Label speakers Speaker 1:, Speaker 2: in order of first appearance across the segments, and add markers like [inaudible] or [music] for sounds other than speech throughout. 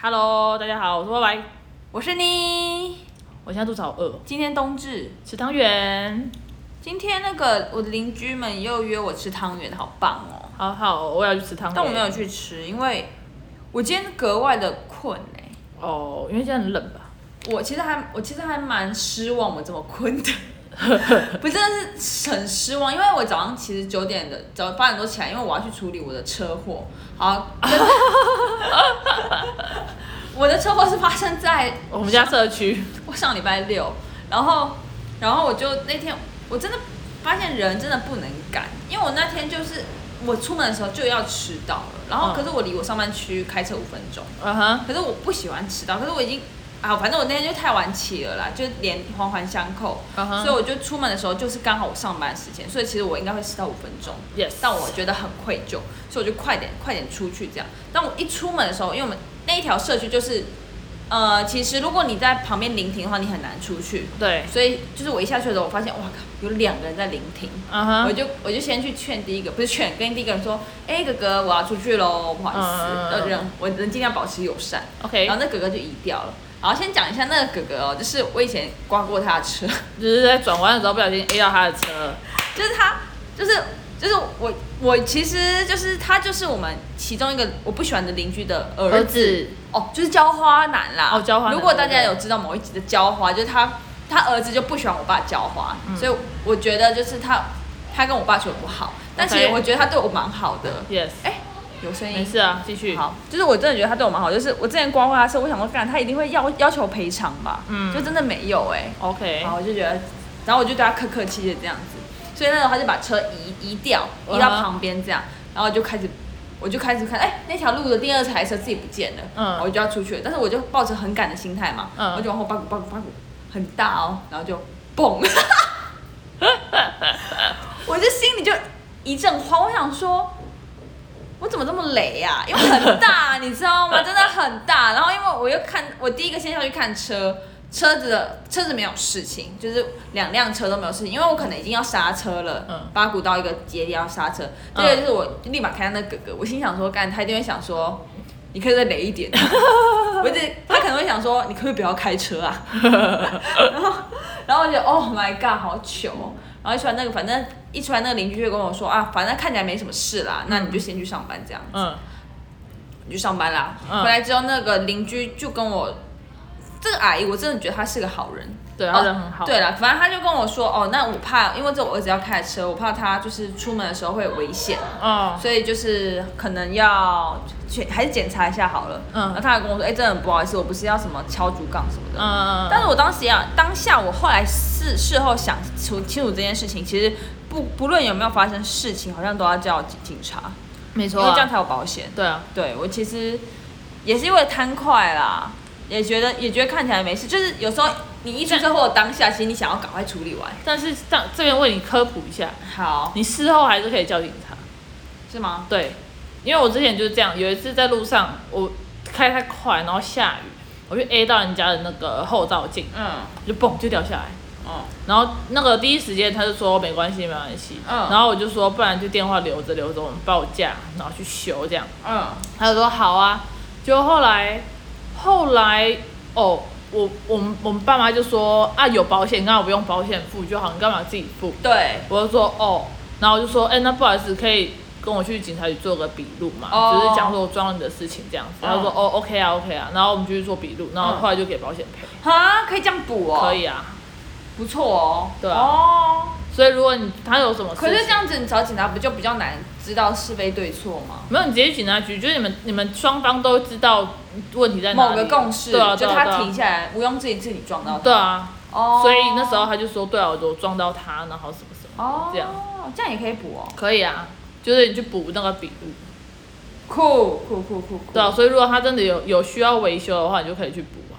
Speaker 1: Hello，大家好，我是歪歪，
Speaker 2: 我是你。
Speaker 1: 我现在肚子好饿，哦
Speaker 2: 今天冬至，
Speaker 1: 吃汤圆，
Speaker 2: 今天那个我的邻居们又约我吃汤圆，好棒哦！
Speaker 1: 好好，我也要去吃汤圆。
Speaker 2: 但我没有去吃，因为我今天格外的困哎、
Speaker 1: 哦，因为现在很冷吧？
Speaker 2: 我其实还我其实还蛮失望我这么
Speaker 1: [laughs]
Speaker 2: 困的，不是真的是很失望，因为我早上其实九点的早八点多起来，因为我要去处理我的车祸。
Speaker 1: [laughs]
Speaker 2: 好，跟我的车祸是发生在
Speaker 1: 我们家社区，
Speaker 2: 我上礼拜六，然后然后我就那天我真的发现人真的不能赶，因为我那天就是我出门的时候就要迟到了，然后
Speaker 1: 嗯
Speaker 2: 可是我离我上班区开车五分钟，
Speaker 1: 嗯哼，
Speaker 2: 可是我不喜欢迟到，可是我已经啊，反正我那天就太晚起了啦，就连环环相扣。
Speaker 1: 嗯哼，
Speaker 2: 所以我就出门的时候就是刚好我上班时间，所以其实我应该会迟到五分钟。
Speaker 1: Yes
Speaker 2: 但我觉得很愧疚，所以我就快点快点出去这样。但我一出门的时候，因为我们那一条社区就是，呃，其实如果你在旁边聆听的话，你很难出去。
Speaker 1: 对，
Speaker 2: 所以就是我一下去的时候，我发现哇靠，有两个人在聆听。
Speaker 1: 嗯
Speaker 2: 我
Speaker 1: 哼，
Speaker 2: 就我就先去劝第一个，不是劝，跟第一个人说，哎、哥哥，我要出去喽，不好意思，
Speaker 1: 嗯嗯嗯
Speaker 2: 呃、人我人尽量保持友善。
Speaker 1: OK，
Speaker 2: 然后那哥哥就移掉了。然后先讲一下那个哥哥哦，就是我以前刮过他的车，
Speaker 1: 只是在转弯的时候不小心 A 到他的车，
Speaker 2: 就是他，就是就是我我其实就是他就是我们其中一个我不喜欢的邻居的儿子
Speaker 1: 儿子，
Speaker 2: 哦，就是浇花男啦
Speaker 1: 哦浇花男
Speaker 2: 如果大家
Speaker 1: 对对
Speaker 2: 有知道某一集的浇花，就是他他儿子就不喜欢我爸浇花，
Speaker 1: 嗯
Speaker 2: 所以我觉得就是他他跟我爸处的不好，但其实
Speaker 1: OK
Speaker 2: 我觉得他对我蛮好的。
Speaker 1: ，Yes，
Speaker 2: 哎、有声
Speaker 1: 没
Speaker 2: 音。
Speaker 1: 事啊，继续。
Speaker 2: 好，就是我真的觉得他对我蛮好，就是我之前刮过他的车，我想说，干他一定会要要求赔偿吧，
Speaker 1: 嗯
Speaker 2: 就真的没有哎、
Speaker 1: ，OK，
Speaker 2: 然后我就觉得，然后我就对他客客气气这样子，所以那时候他就把车移移掉，移到
Speaker 1: 嗯哼
Speaker 2: 旁边这样，然后我就开始，我就开始看，哎、那条路的第二台车自己不见了，
Speaker 1: 嗯
Speaker 2: 我就要出去了，但是我就抱着很赶的心态嘛，
Speaker 1: 嗯
Speaker 2: 我就往后八股八股八股，很大哦，然后就
Speaker 1: [laughs]
Speaker 2: 蹦，我就心里就一阵慌，我想说。我怎么这么雷呀、因为很大，你知道吗？真的很大。然后因为我又看，我第一个先下去看车，车子的车子没有事情，就是两辆车都没有事情，因为我可能已经要刹车了，
Speaker 1: 嗯
Speaker 2: 八股到一个节点要刹车。这个就是我立马看到那哥哥，我心想说，干他一定会想说，你可以再雷一点。我就他可能会想说，你可不可以不要开车啊？ [laughs] 然后然后我就 Oh my God，好糗哦。然后一出来那个，反正一出来那个邻居就跟我说啊，反正看起来没什么事啦，那你就先去上班这样。
Speaker 1: 嗯，
Speaker 2: 我就上班啦。
Speaker 1: 嗯
Speaker 2: 回来之后，那个邻居就跟我，这个阿姨我真的觉得她是个好人。
Speaker 1: 对，
Speaker 2: 哦
Speaker 1: 他人很好，
Speaker 2: 对了，反正她就跟我说，哦，那我怕，因为这我儿子要开的车，我怕他就是出门的时候会危险，
Speaker 1: 哦，
Speaker 2: 所以就是可能要去还是检查一下好了。
Speaker 1: 嗯
Speaker 2: 然后她还跟我说，哎、真的很不好意思，我不是要什么敲竹杠什么
Speaker 1: 嗯
Speaker 2: 的。
Speaker 1: 嗯，
Speaker 2: 但是我当时啊，当下我后来事事后想清清楚这件事情，其实不不论有没有发生事情，好像都要叫警警察，
Speaker 1: 没
Speaker 2: 因
Speaker 1: 错
Speaker 2: 为这样
Speaker 1: 啊，
Speaker 2: 才有保险。
Speaker 1: 对啊，
Speaker 2: 对我其实也是因为贪快啦，也觉得也觉得看起来没事，就是有时候你一出车祸当下，其实你想要赶快处理完。
Speaker 1: 但是这这边为你科普一下，
Speaker 2: 好，
Speaker 1: 你事后还是可以叫警察。
Speaker 2: 是吗？
Speaker 1: 对，因为我之前就是这样，有一次在路上我开太快，然后下雨，我就 A 到人家的那个后照镜，
Speaker 2: 嗯
Speaker 1: 就嘣就掉下来。
Speaker 2: 嗯
Speaker 1: 然后那个第一时间他就说没关系没关系，
Speaker 2: 嗯
Speaker 1: 然后我就说不然就电话留着留着我们报价，然后去修这样。
Speaker 2: 嗯
Speaker 1: 他就说好啊，就后来后来哦，我我们我们爸妈就说啊有保险，刚好不用保险付就好，你干嘛自己付？
Speaker 2: 对，
Speaker 1: 我就说哦，然后我就说，哎、那不好意思，可以跟我去警察局做个笔录嘛？
Speaker 2: 哦
Speaker 1: 只是讲说我撞到你的事情这样子。
Speaker 2: 嗯
Speaker 1: 他就说哦，OK 啊，OK 啊，然后我们就去做笔录，然后后来就给保险赔，
Speaker 2: 啊，可以这样补哦，
Speaker 1: 可，以啊。
Speaker 2: 不错哦，
Speaker 1: 对啊
Speaker 2: 哦，
Speaker 1: 所以如果你他有什么事
Speaker 2: 可是
Speaker 1: 情，
Speaker 2: 这样子你找警察不就比较难知道是非对错吗？
Speaker 1: 没有你直接去警察局，就是你们你们双方都知道问题在哪里
Speaker 2: 某个共识，
Speaker 1: 对啊，
Speaker 2: 就
Speaker 1: 对啊
Speaker 2: 他停。下来，毋庸置疑自己撞到他，
Speaker 1: 对啊，
Speaker 2: 哦，
Speaker 1: 所以那时候他就说，对啊，我我撞到他，然后什么什么，
Speaker 2: 哦，
Speaker 1: 这样
Speaker 2: 这样也可以补哦，
Speaker 1: 可以啊，就是你去补那个笔录，
Speaker 2: 酷酷酷酷酷，
Speaker 1: 对啊，所以如果他真的有有需要维修的话，你就可以去补啊，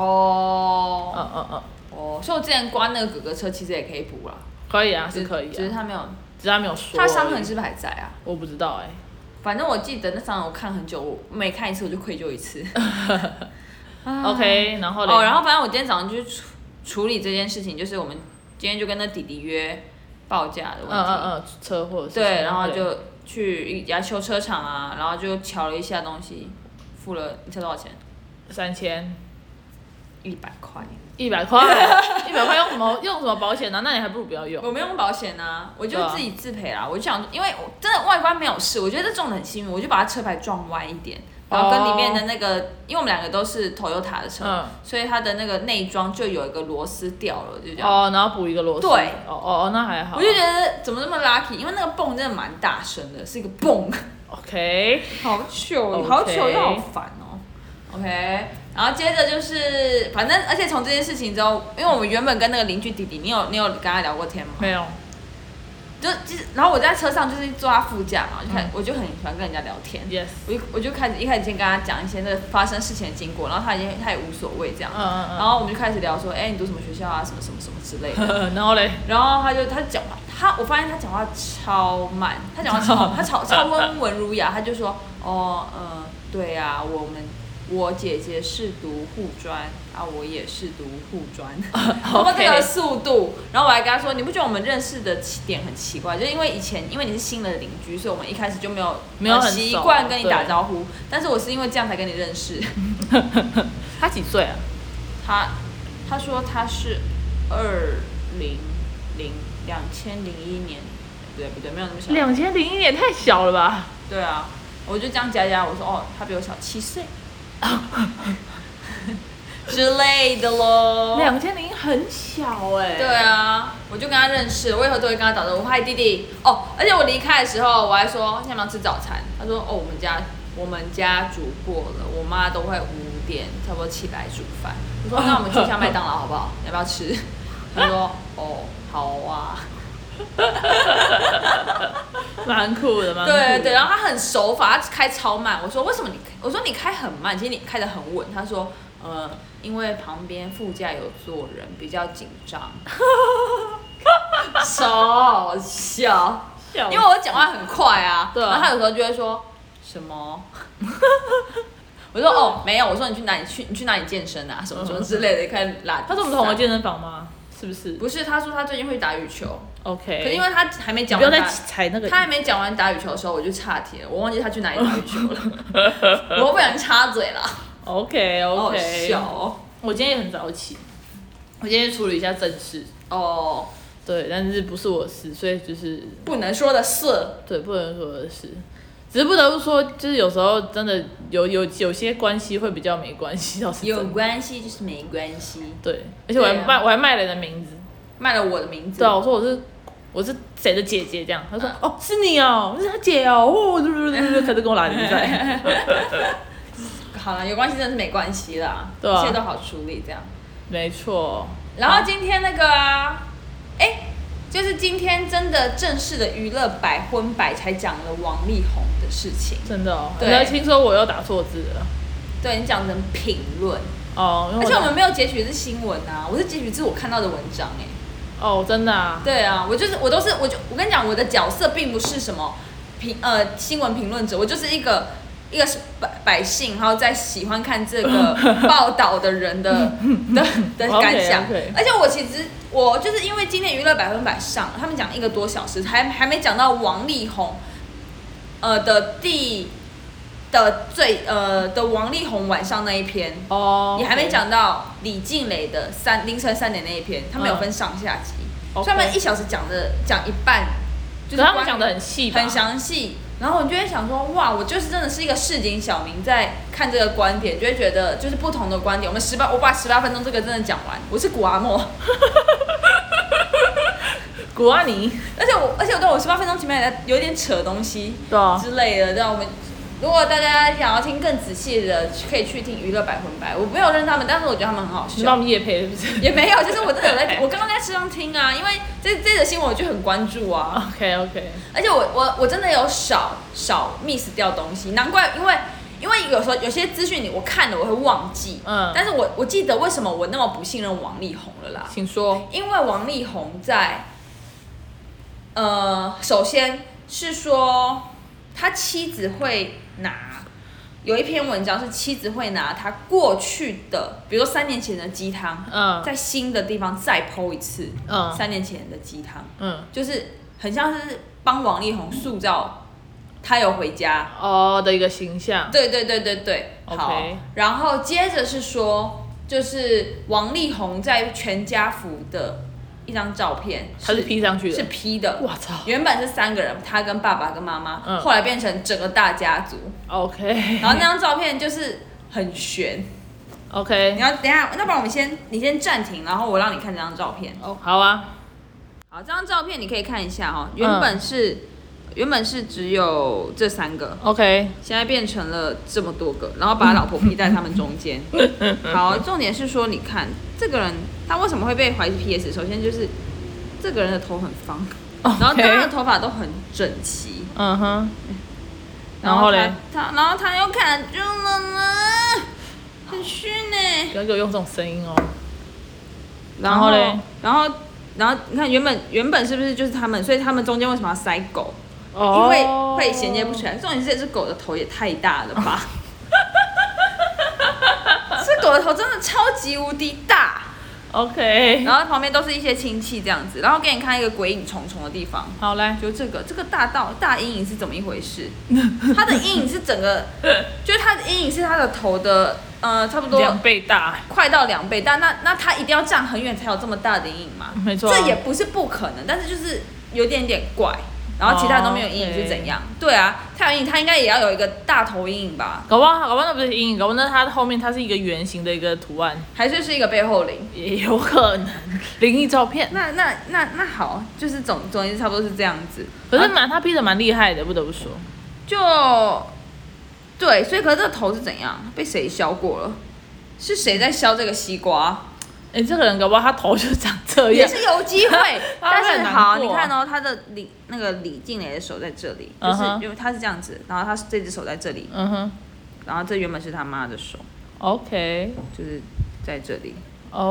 Speaker 2: 哦，
Speaker 1: 嗯嗯嗯，
Speaker 2: 哦，所以我之前刮那个哥哥车，其实也可以补啦，
Speaker 1: 可以啊，是可以啊，
Speaker 2: 只是他没有，
Speaker 1: 只是他没有说。
Speaker 2: 他伤痕是不是还在啊？
Speaker 1: 我不知道哎、
Speaker 2: 反正我记得那伤痕我看很久，我每看一次我就愧疚一次。啊
Speaker 1: OK，然后嘞，
Speaker 2: 哦，然后反正我今天早上就处处理这件事情，就是我们今天就跟那弟弟约报价的问
Speaker 1: 嗯
Speaker 2: 题，
Speaker 1: 嗯嗯，车祸的事情
Speaker 2: 对，然后
Speaker 1: 嘞
Speaker 2: 就去一家修车厂啊，然后就瞧了一下东西，付了你猜多少钱？
Speaker 1: 三
Speaker 2: [laughs]
Speaker 1: 千
Speaker 2: 一百块。
Speaker 1: 一百块， [laughs] 一百块用什么用什么保险呢、啊那你还不如不要用。
Speaker 2: 我没用保险啊，我就
Speaker 1: 对啊
Speaker 2: 自己自赔啦。我就想，因为我真的外观没有事，我觉得这撞的很幸运，我就把它车牌撞歪一点，然后跟里面的那个，因为我们两个都是 Toyota 的车，
Speaker 1: 嗯，
Speaker 2: 所以它的那个内装就有一个螺丝掉了，就这样。
Speaker 1: 哦，然后补一个螺丝。
Speaker 2: 对
Speaker 1: 哦哦哦，那还好。
Speaker 2: 我就觉得怎么那么 lucky，因为那个蹦真的蛮大声的，是一个蹦，
Speaker 1: OK，
Speaker 2: 好糗
Speaker 1: OK
Speaker 2: 好糗又好烦哦。OK，然后接着就是，反正而且从这件事情之后，因为我们原本跟那个邻居弟弟，你有你有跟他聊过天吗？
Speaker 1: 没有，
Speaker 2: 就就是，然后我在车上就是坐他副驾嘛，我就开、我就很喜欢跟人家聊天。
Speaker 1: Yes
Speaker 2: 我就我就开始一开始先跟他讲一些那个发生事情的经过，然后他已经他也无所谓这样，
Speaker 1: 嗯嗯嗯
Speaker 2: 然后我们就开始聊说，哎、你读什么学校啊，什么什么什么之类的。
Speaker 1: [laughs] 然后
Speaker 2: [laughs]
Speaker 1: 嘞，
Speaker 2: 然后他就他讲话，他我发现他讲话超慢，他讲话超他
Speaker 1: [laughs]
Speaker 2: 超超温文儒雅，他就说，哦，呃，对啊，我们我姐姐是读护专啊，我也是读护
Speaker 1: [laughs]
Speaker 2: 专，通过这个
Speaker 1: OK
Speaker 2: 速度，然后我还跟他说，你不觉得我们认识的起点很奇怪？就是因为以前因为你是新的邻居，所以我们一开始就没有
Speaker 1: 没有
Speaker 2: 呃
Speaker 1: 很
Speaker 2: 习
Speaker 1: 熟
Speaker 2: 惯跟你打
Speaker 1: 对
Speaker 2: 招呼，但是我是因为这样才跟你认识。
Speaker 1: 他几岁啊？
Speaker 2: 他他说他是二零零两千零一年，不对不对，没有那么小。
Speaker 1: 两千零一年太小了吧？
Speaker 2: 对啊，我就这样加一加，我说哦，他比我小七岁 [laughs] 之类的喽。
Speaker 1: 两千零很小哎、
Speaker 2: 哦对啊，我就跟他认识，我以后都会跟他打招呼，嗨弟弟哦。而且我离开的时候，我还说你要不要吃早餐？他说哦，我们家我们家煮过了，我妈都会五点差不多起来煮饭。我说那我们去一下麦当劳好不好？要不要吃？他说哦，好啊。
Speaker 1: 蛮酷的，蛮酷的
Speaker 2: 对对，然后他很守法，他开超慢。我说为什么你？我说你开很慢，其实你开的很稳。他说呃，因为旁边副驾有坐人，比较紧张。 [laughs] 超好笑。
Speaker 1: 笑
Speaker 2: 因为我讲话很快啊，
Speaker 1: 对啊
Speaker 2: 然后他有时候就会说什么， [laughs] 我说哦没有，我说你去哪里去你去哪里健身啊，什么什么之类的，开始拉。
Speaker 1: 嗯他是我们同个健身房吗？是不是
Speaker 2: 不是，他说他最近会打羽球，
Speaker 1: ？OK，
Speaker 2: 可是因为他还没
Speaker 1: 哎你
Speaker 2: 讲
Speaker 1: 不要
Speaker 2: 完
Speaker 1: 再
Speaker 2: 打，
Speaker 1: 踩那个，
Speaker 2: 他还没讲完打羽球的时候，我就岔题了，我忘记他去哪里打羽球
Speaker 1: [laughs]
Speaker 2: 了，我不小心插嘴了，
Speaker 1: OK
Speaker 2: 好好
Speaker 1: OK，
Speaker 2: 笑哦。
Speaker 1: 我今天也很早起，我今天处理一下正事，
Speaker 2: 哦，
Speaker 1: 对，但是不是我的事，所以就是
Speaker 2: 不能说的事，
Speaker 1: 对不能说我的事，只是不得不说，就是有时候真的有有有些关系会比较没关系，倒是真
Speaker 2: 有
Speaker 1: 的
Speaker 2: 关系就是没关系。
Speaker 1: 对，而且我还
Speaker 2: 对啊
Speaker 1: 卖、我还卖了人的名字，
Speaker 2: 卖了我的名字，
Speaker 1: 对啊，我说我是我是谁的姐姐这样，他说、
Speaker 2: 嗯
Speaker 1: 哦是你哦，我是他姐哦，哦，对对
Speaker 2: [laughs]
Speaker 1: 对对，开始跟我拉比赛，
Speaker 2: 好了，有关系真的是没关系啦，
Speaker 1: 对啊
Speaker 2: 一切都好处理这样。
Speaker 1: 没错，
Speaker 2: 然后今天那个啊，哎、就是今天真的正式的娱乐百婚百才讲了王力宏的事情，
Speaker 1: 真的哦，
Speaker 2: 对
Speaker 1: 然后听说我又打错字了，
Speaker 2: 对你讲成评论，
Speaker 1: 哦，因为
Speaker 2: 而且
Speaker 1: 打
Speaker 2: 我们没有截取是新闻啊，我是截取自我看到的文章哎、
Speaker 1: 哦真的啊，
Speaker 2: 对啊，我就是我都是我就我跟你讲，我的角色并不是什么评呃新闻评论者，我就是一个一个是百百姓，然后在喜欢看这个报道的人的的的
Speaker 1: OK，
Speaker 2: 感想
Speaker 1: OK。
Speaker 2: 而且我其实我就是因为今天娱乐百分百上，他们讲一个多小时，还还没讲到王力宏，呃的第的最呃的王力宏晚上那一篇。
Speaker 1: 哦，
Speaker 2: 你还没讲到李静蕾的三凌晨三点那一篇，他们有分上下集，
Speaker 1: 哦 OK
Speaker 2: 所以他们一小时讲的讲一半，就
Speaker 1: 可是
Speaker 2: 是
Speaker 1: 他们
Speaker 2: 关于
Speaker 1: 讲的很细吧，
Speaker 2: 很详细。然后我就会想说，哇，我就是真的是一个市井小民，在看这个观点，就会觉得就是不同的观点。我们十八，我把十八分钟这个真的讲完，我是古阿莫， [laughs]
Speaker 1: 古阿尼，
Speaker 2: 而且我而且我对我十八分钟前面也在有点扯东西
Speaker 1: 对啊，
Speaker 2: 之类的，让我们。如果大家想要听更仔细的，可以去听娱乐百分百。我没有认识他们，但是我觉得他们很好
Speaker 1: 你
Speaker 2: 笑
Speaker 1: 帮。我们夜配是不是
Speaker 2: [laughs] 也没有，就是我真的有在，我刚刚在车上听啊，因为这这则新闻我就很关注啊，
Speaker 1: ？OK OK，
Speaker 2: 而且我我我真的有少少 miss 掉东西，难怪因为。因为有时候有些资讯你我看了我会忘记，嗯
Speaker 1: 嗯，
Speaker 2: 但是我我记得为什么我那么不信任王力宏了啦，
Speaker 1: 请说。
Speaker 2: 因为王力宏在，呃，首先是说他妻子会拿，有一篇文章是妻子会拿他过去的，比如说三年前的鸡汤，
Speaker 1: 嗯
Speaker 2: 在新的地方再剖一次，
Speaker 1: 嗯
Speaker 2: 三年前的鸡汤，
Speaker 1: 嗯
Speaker 2: 就是很像是帮王力宏塑造他有回家，
Speaker 1: 哦的一个形象，
Speaker 2: 对对对对对，好
Speaker 1: OK。
Speaker 2: 然后接着是说，就是王力宏在全家福的一张照片，
Speaker 1: 他是 P 上去
Speaker 2: 是
Speaker 1: 的。
Speaker 2: P 的，
Speaker 1: 我操
Speaker 2: 原本是三个人，他跟爸爸跟妈妈，
Speaker 1: 嗯
Speaker 2: 后来变成整个大家族。
Speaker 1: ，OK
Speaker 2: 然后那张照片就是很悬。你
Speaker 1: OK，
Speaker 2: 要等一下，要不然我们先你先暂停，然后我让你看这张照片。
Speaker 1: 哦好啊，
Speaker 2: 好，这张照片你可以看一下
Speaker 1: 嗯
Speaker 2: 哈、哦，原本是、原本是只有这三个，
Speaker 1: OK，
Speaker 2: 现在变成了这么多个，然后把老婆 P 在他们
Speaker 1: [laughs]
Speaker 2: 中间。好，重点是说，你看这个人他为什么会被怀疑 PS？首先就是这个人的头很方，然后
Speaker 1: OK
Speaker 2: 他的头发都很整齐。
Speaker 1: 嗯哼，嗯然后嘞，
Speaker 2: 他，他然后他又卡住了呢，很虚呢。
Speaker 1: 不要给我用这种声音哦。
Speaker 2: 然
Speaker 1: 然
Speaker 2: 后
Speaker 1: 后
Speaker 2: 嘞
Speaker 1: 嘞，
Speaker 2: 然后然后你看原本原本是不是就是他们？所以他们中间为什么要塞狗？
Speaker 1: 哦，
Speaker 2: 因为会衔接不起来。重点是这只狗的头也太大了吧！
Speaker 1: 哦
Speaker 2: [laughs] 这狗的头真的超级无敌大，
Speaker 1: OK，
Speaker 2: 然后旁边都是一些亲戚这样子。然后给你看一个鬼影重重的地方，
Speaker 1: 好来，
Speaker 2: 就这个这个大道大阴影是怎么一
Speaker 1: [laughs]
Speaker 2: 回事？它的阴影是整个，就是它的阴影是它的头的，呃，差不多
Speaker 1: 两倍大，
Speaker 2: 快到两倍，但那那它一定要站很远才有这么大的阴影嘛？
Speaker 1: 没错啊
Speaker 2: 这也不是不可能，但是就是有点点怪。然后其他都没有阴影是怎样？对啊，太阳阴影它应该也要有一个大头阴影吧？
Speaker 1: 搞不好搞不好那不是阴影，搞不好那它后面它是一个圆形的一个图案，
Speaker 2: 还是是一个背后灵？
Speaker 1: 也有可能灵异照片。
Speaker 2: 那那那那好，就是总总之差不多是这样子。
Speaker 1: [laughs] 可是
Speaker 2: 啊
Speaker 1: 蛮他 P 的蛮厉害的，不得不说。
Speaker 2: 就对，所以可是这个头是怎样？被谁削过了？是谁在削这个西瓜？
Speaker 1: 哎、这个人搞不好他头就长这
Speaker 2: [laughs] 也
Speaker 1: 样，，
Speaker 2: 是有机会但
Speaker 1: 他会
Speaker 2: 是
Speaker 1: 很难
Speaker 2: 好，
Speaker 1: 过
Speaker 2: 你看哦，他的李那个李静蕾的手在这里，就
Speaker 1: 嗯
Speaker 2: 是
Speaker 1: 哼
Speaker 2: 因为他是这样子，然后他这只手在这里，
Speaker 1: 嗯哼
Speaker 2: 然后这原本是他妈的手，
Speaker 1: ，OK
Speaker 2: 就是在这里，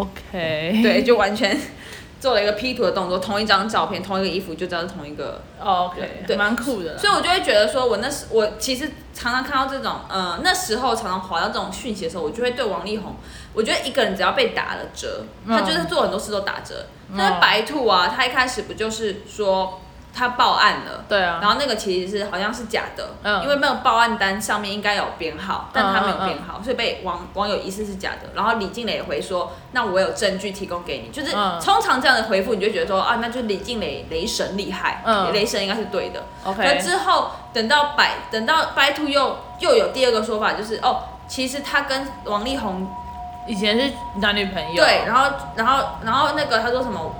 Speaker 1: OK，
Speaker 2: 对，就完全 [laughs] 做了一个 P 图的动作，同一张照片，同一个衣服，就知道是同一个。
Speaker 1: ，OK，
Speaker 2: 对
Speaker 1: 蛮酷的啦。
Speaker 2: 所以我就会觉得说，我那时我其实常常看到这种，呃，那时候常常滑到这种讯息的时候，我就会对王力宏，我觉得一个人只要被打了折，他
Speaker 1: 嗯
Speaker 2: 就是做很多事都打折。
Speaker 1: 嗯
Speaker 2: 那白兔啊，他一开始不就是说他报案了？
Speaker 1: 对啊，
Speaker 2: 然后那个其实是好像是假的，
Speaker 1: 嗯
Speaker 2: 因为那个报案单上面应该有编号，但他没有编
Speaker 1: 嗯
Speaker 2: 号，所以被网网友疑似是假的。然后李静蕾也回说，那我有证据提供给你，就是
Speaker 1: 嗯
Speaker 2: 通常这样的回复，你就觉得说啊，那就是李静蕾雷神厉害，
Speaker 1: 嗯
Speaker 2: 雷神应该是对的。可
Speaker 1: OK，
Speaker 2: 之后等到白等到白兔又又有第二个说法，就是哦，其实他跟王力宏
Speaker 1: 以前是男女朋友，啊
Speaker 2: 对，然后然后然后那个他说什么？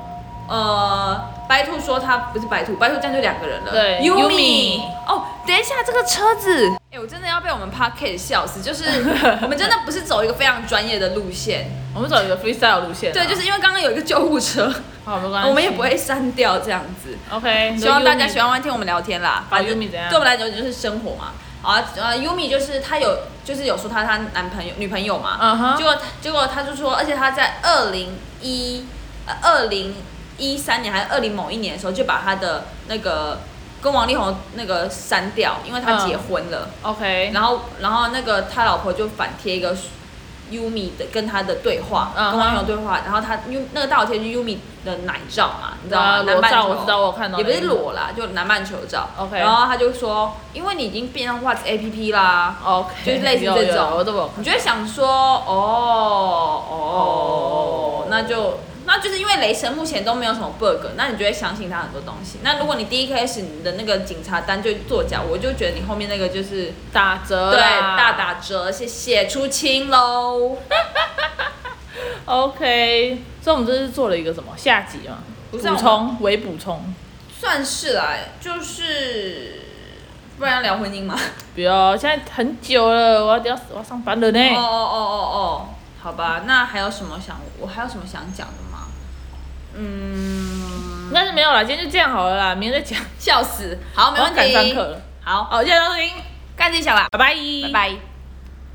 Speaker 2: 呃，白兔说他不是白兔，白兔这样就两个人了。
Speaker 1: 对
Speaker 2: ，Yumi
Speaker 1: Yumi。
Speaker 2: 哦，等一下，这个车子，哎、我真的要被我们 p a r k e 笑死，就是
Speaker 1: [laughs]
Speaker 2: 我们真的不是走一个非常专业的路线。
Speaker 1: 我们走一个 freestyle 路线啊，
Speaker 2: 对，就是因为刚刚有一个救护车，
Speaker 1: [laughs] 好，没关系，
Speaker 2: 我们也不会删掉这样子。
Speaker 1: OK，
Speaker 2: 希望大家喜
Speaker 1: 欢。
Speaker 2: 欢听我们聊天啦。
Speaker 1: 好
Speaker 2: 反正
Speaker 1: 啊 Yumi 怎样
Speaker 2: 对我们来讲就是生活嘛。啊，呃，Yumi 就是她有，就是有说她她男朋友女朋友嘛，
Speaker 1: 嗯哼
Speaker 2: 结果结果她就说，而且她在二零一呃二零一三年还是二零某一年的时候就把她的那个跟王力宏那个删掉，因为她
Speaker 1: 嗯
Speaker 2: 结婚了，
Speaker 1: OK，
Speaker 2: 然后然后那个他老婆就反贴一个 Yumi 的跟他的对话，
Speaker 1: 嗯哼
Speaker 2: 跟网友对话，然后他 U 那个大头贴就是 Yumi 的奶照嘛，你知道吗？
Speaker 1: 啊
Speaker 2: 南
Speaker 1: 裸
Speaker 2: 半
Speaker 1: 照
Speaker 2: 球
Speaker 1: 我知道，我有看到
Speaker 2: 也
Speaker 1: 那
Speaker 2: 不
Speaker 1: 个
Speaker 2: 是裸啦，就南半球照。
Speaker 1: OK
Speaker 2: 然后他就说，因为你已经变成 What A P P 啦，
Speaker 1: ，OK，
Speaker 2: 就是类似这种
Speaker 1: 有有我都有看，
Speaker 2: 你就会想说，哦哦，那就那就是因为雷神目前都没有什么 bug，那你就会相信他很多东西。那如果你第一开始你的那个警察单就作假，我就觉得你后面那个就是。
Speaker 1: 打折
Speaker 2: 对，
Speaker 1: 啦
Speaker 2: 啊大打折，谢谢，出清喽。
Speaker 1: OK，所以我们这是做了一个什么下集嘛？
Speaker 2: 不
Speaker 1: 补
Speaker 2: 是啊
Speaker 1: 充，为补充，
Speaker 2: 算是啦、就是不然要聊婚姻嘛。
Speaker 1: 不要，现在很久了，我要要我要上班了呢。
Speaker 2: 哦哦哦哦哦，好吧，那还有什么想我还有什么想讲的吗？嗯，
Speaker 1: 应该是没有啦，今天就这样好了啦，明天再讲。
Speaker 2: 哦笑死，好，没
Speaker 1: 我要
Speaker 2: 问
Speaker 1: 赶上课
Speaker 2: 题。
Speaker 1: 了。
Speaker 2: 好，
Speaker 1: 好，谢谢收听，
Speaker 2: 干这小啦，
Speaker 1: 拜拜，
Speaker 2: 拜拜。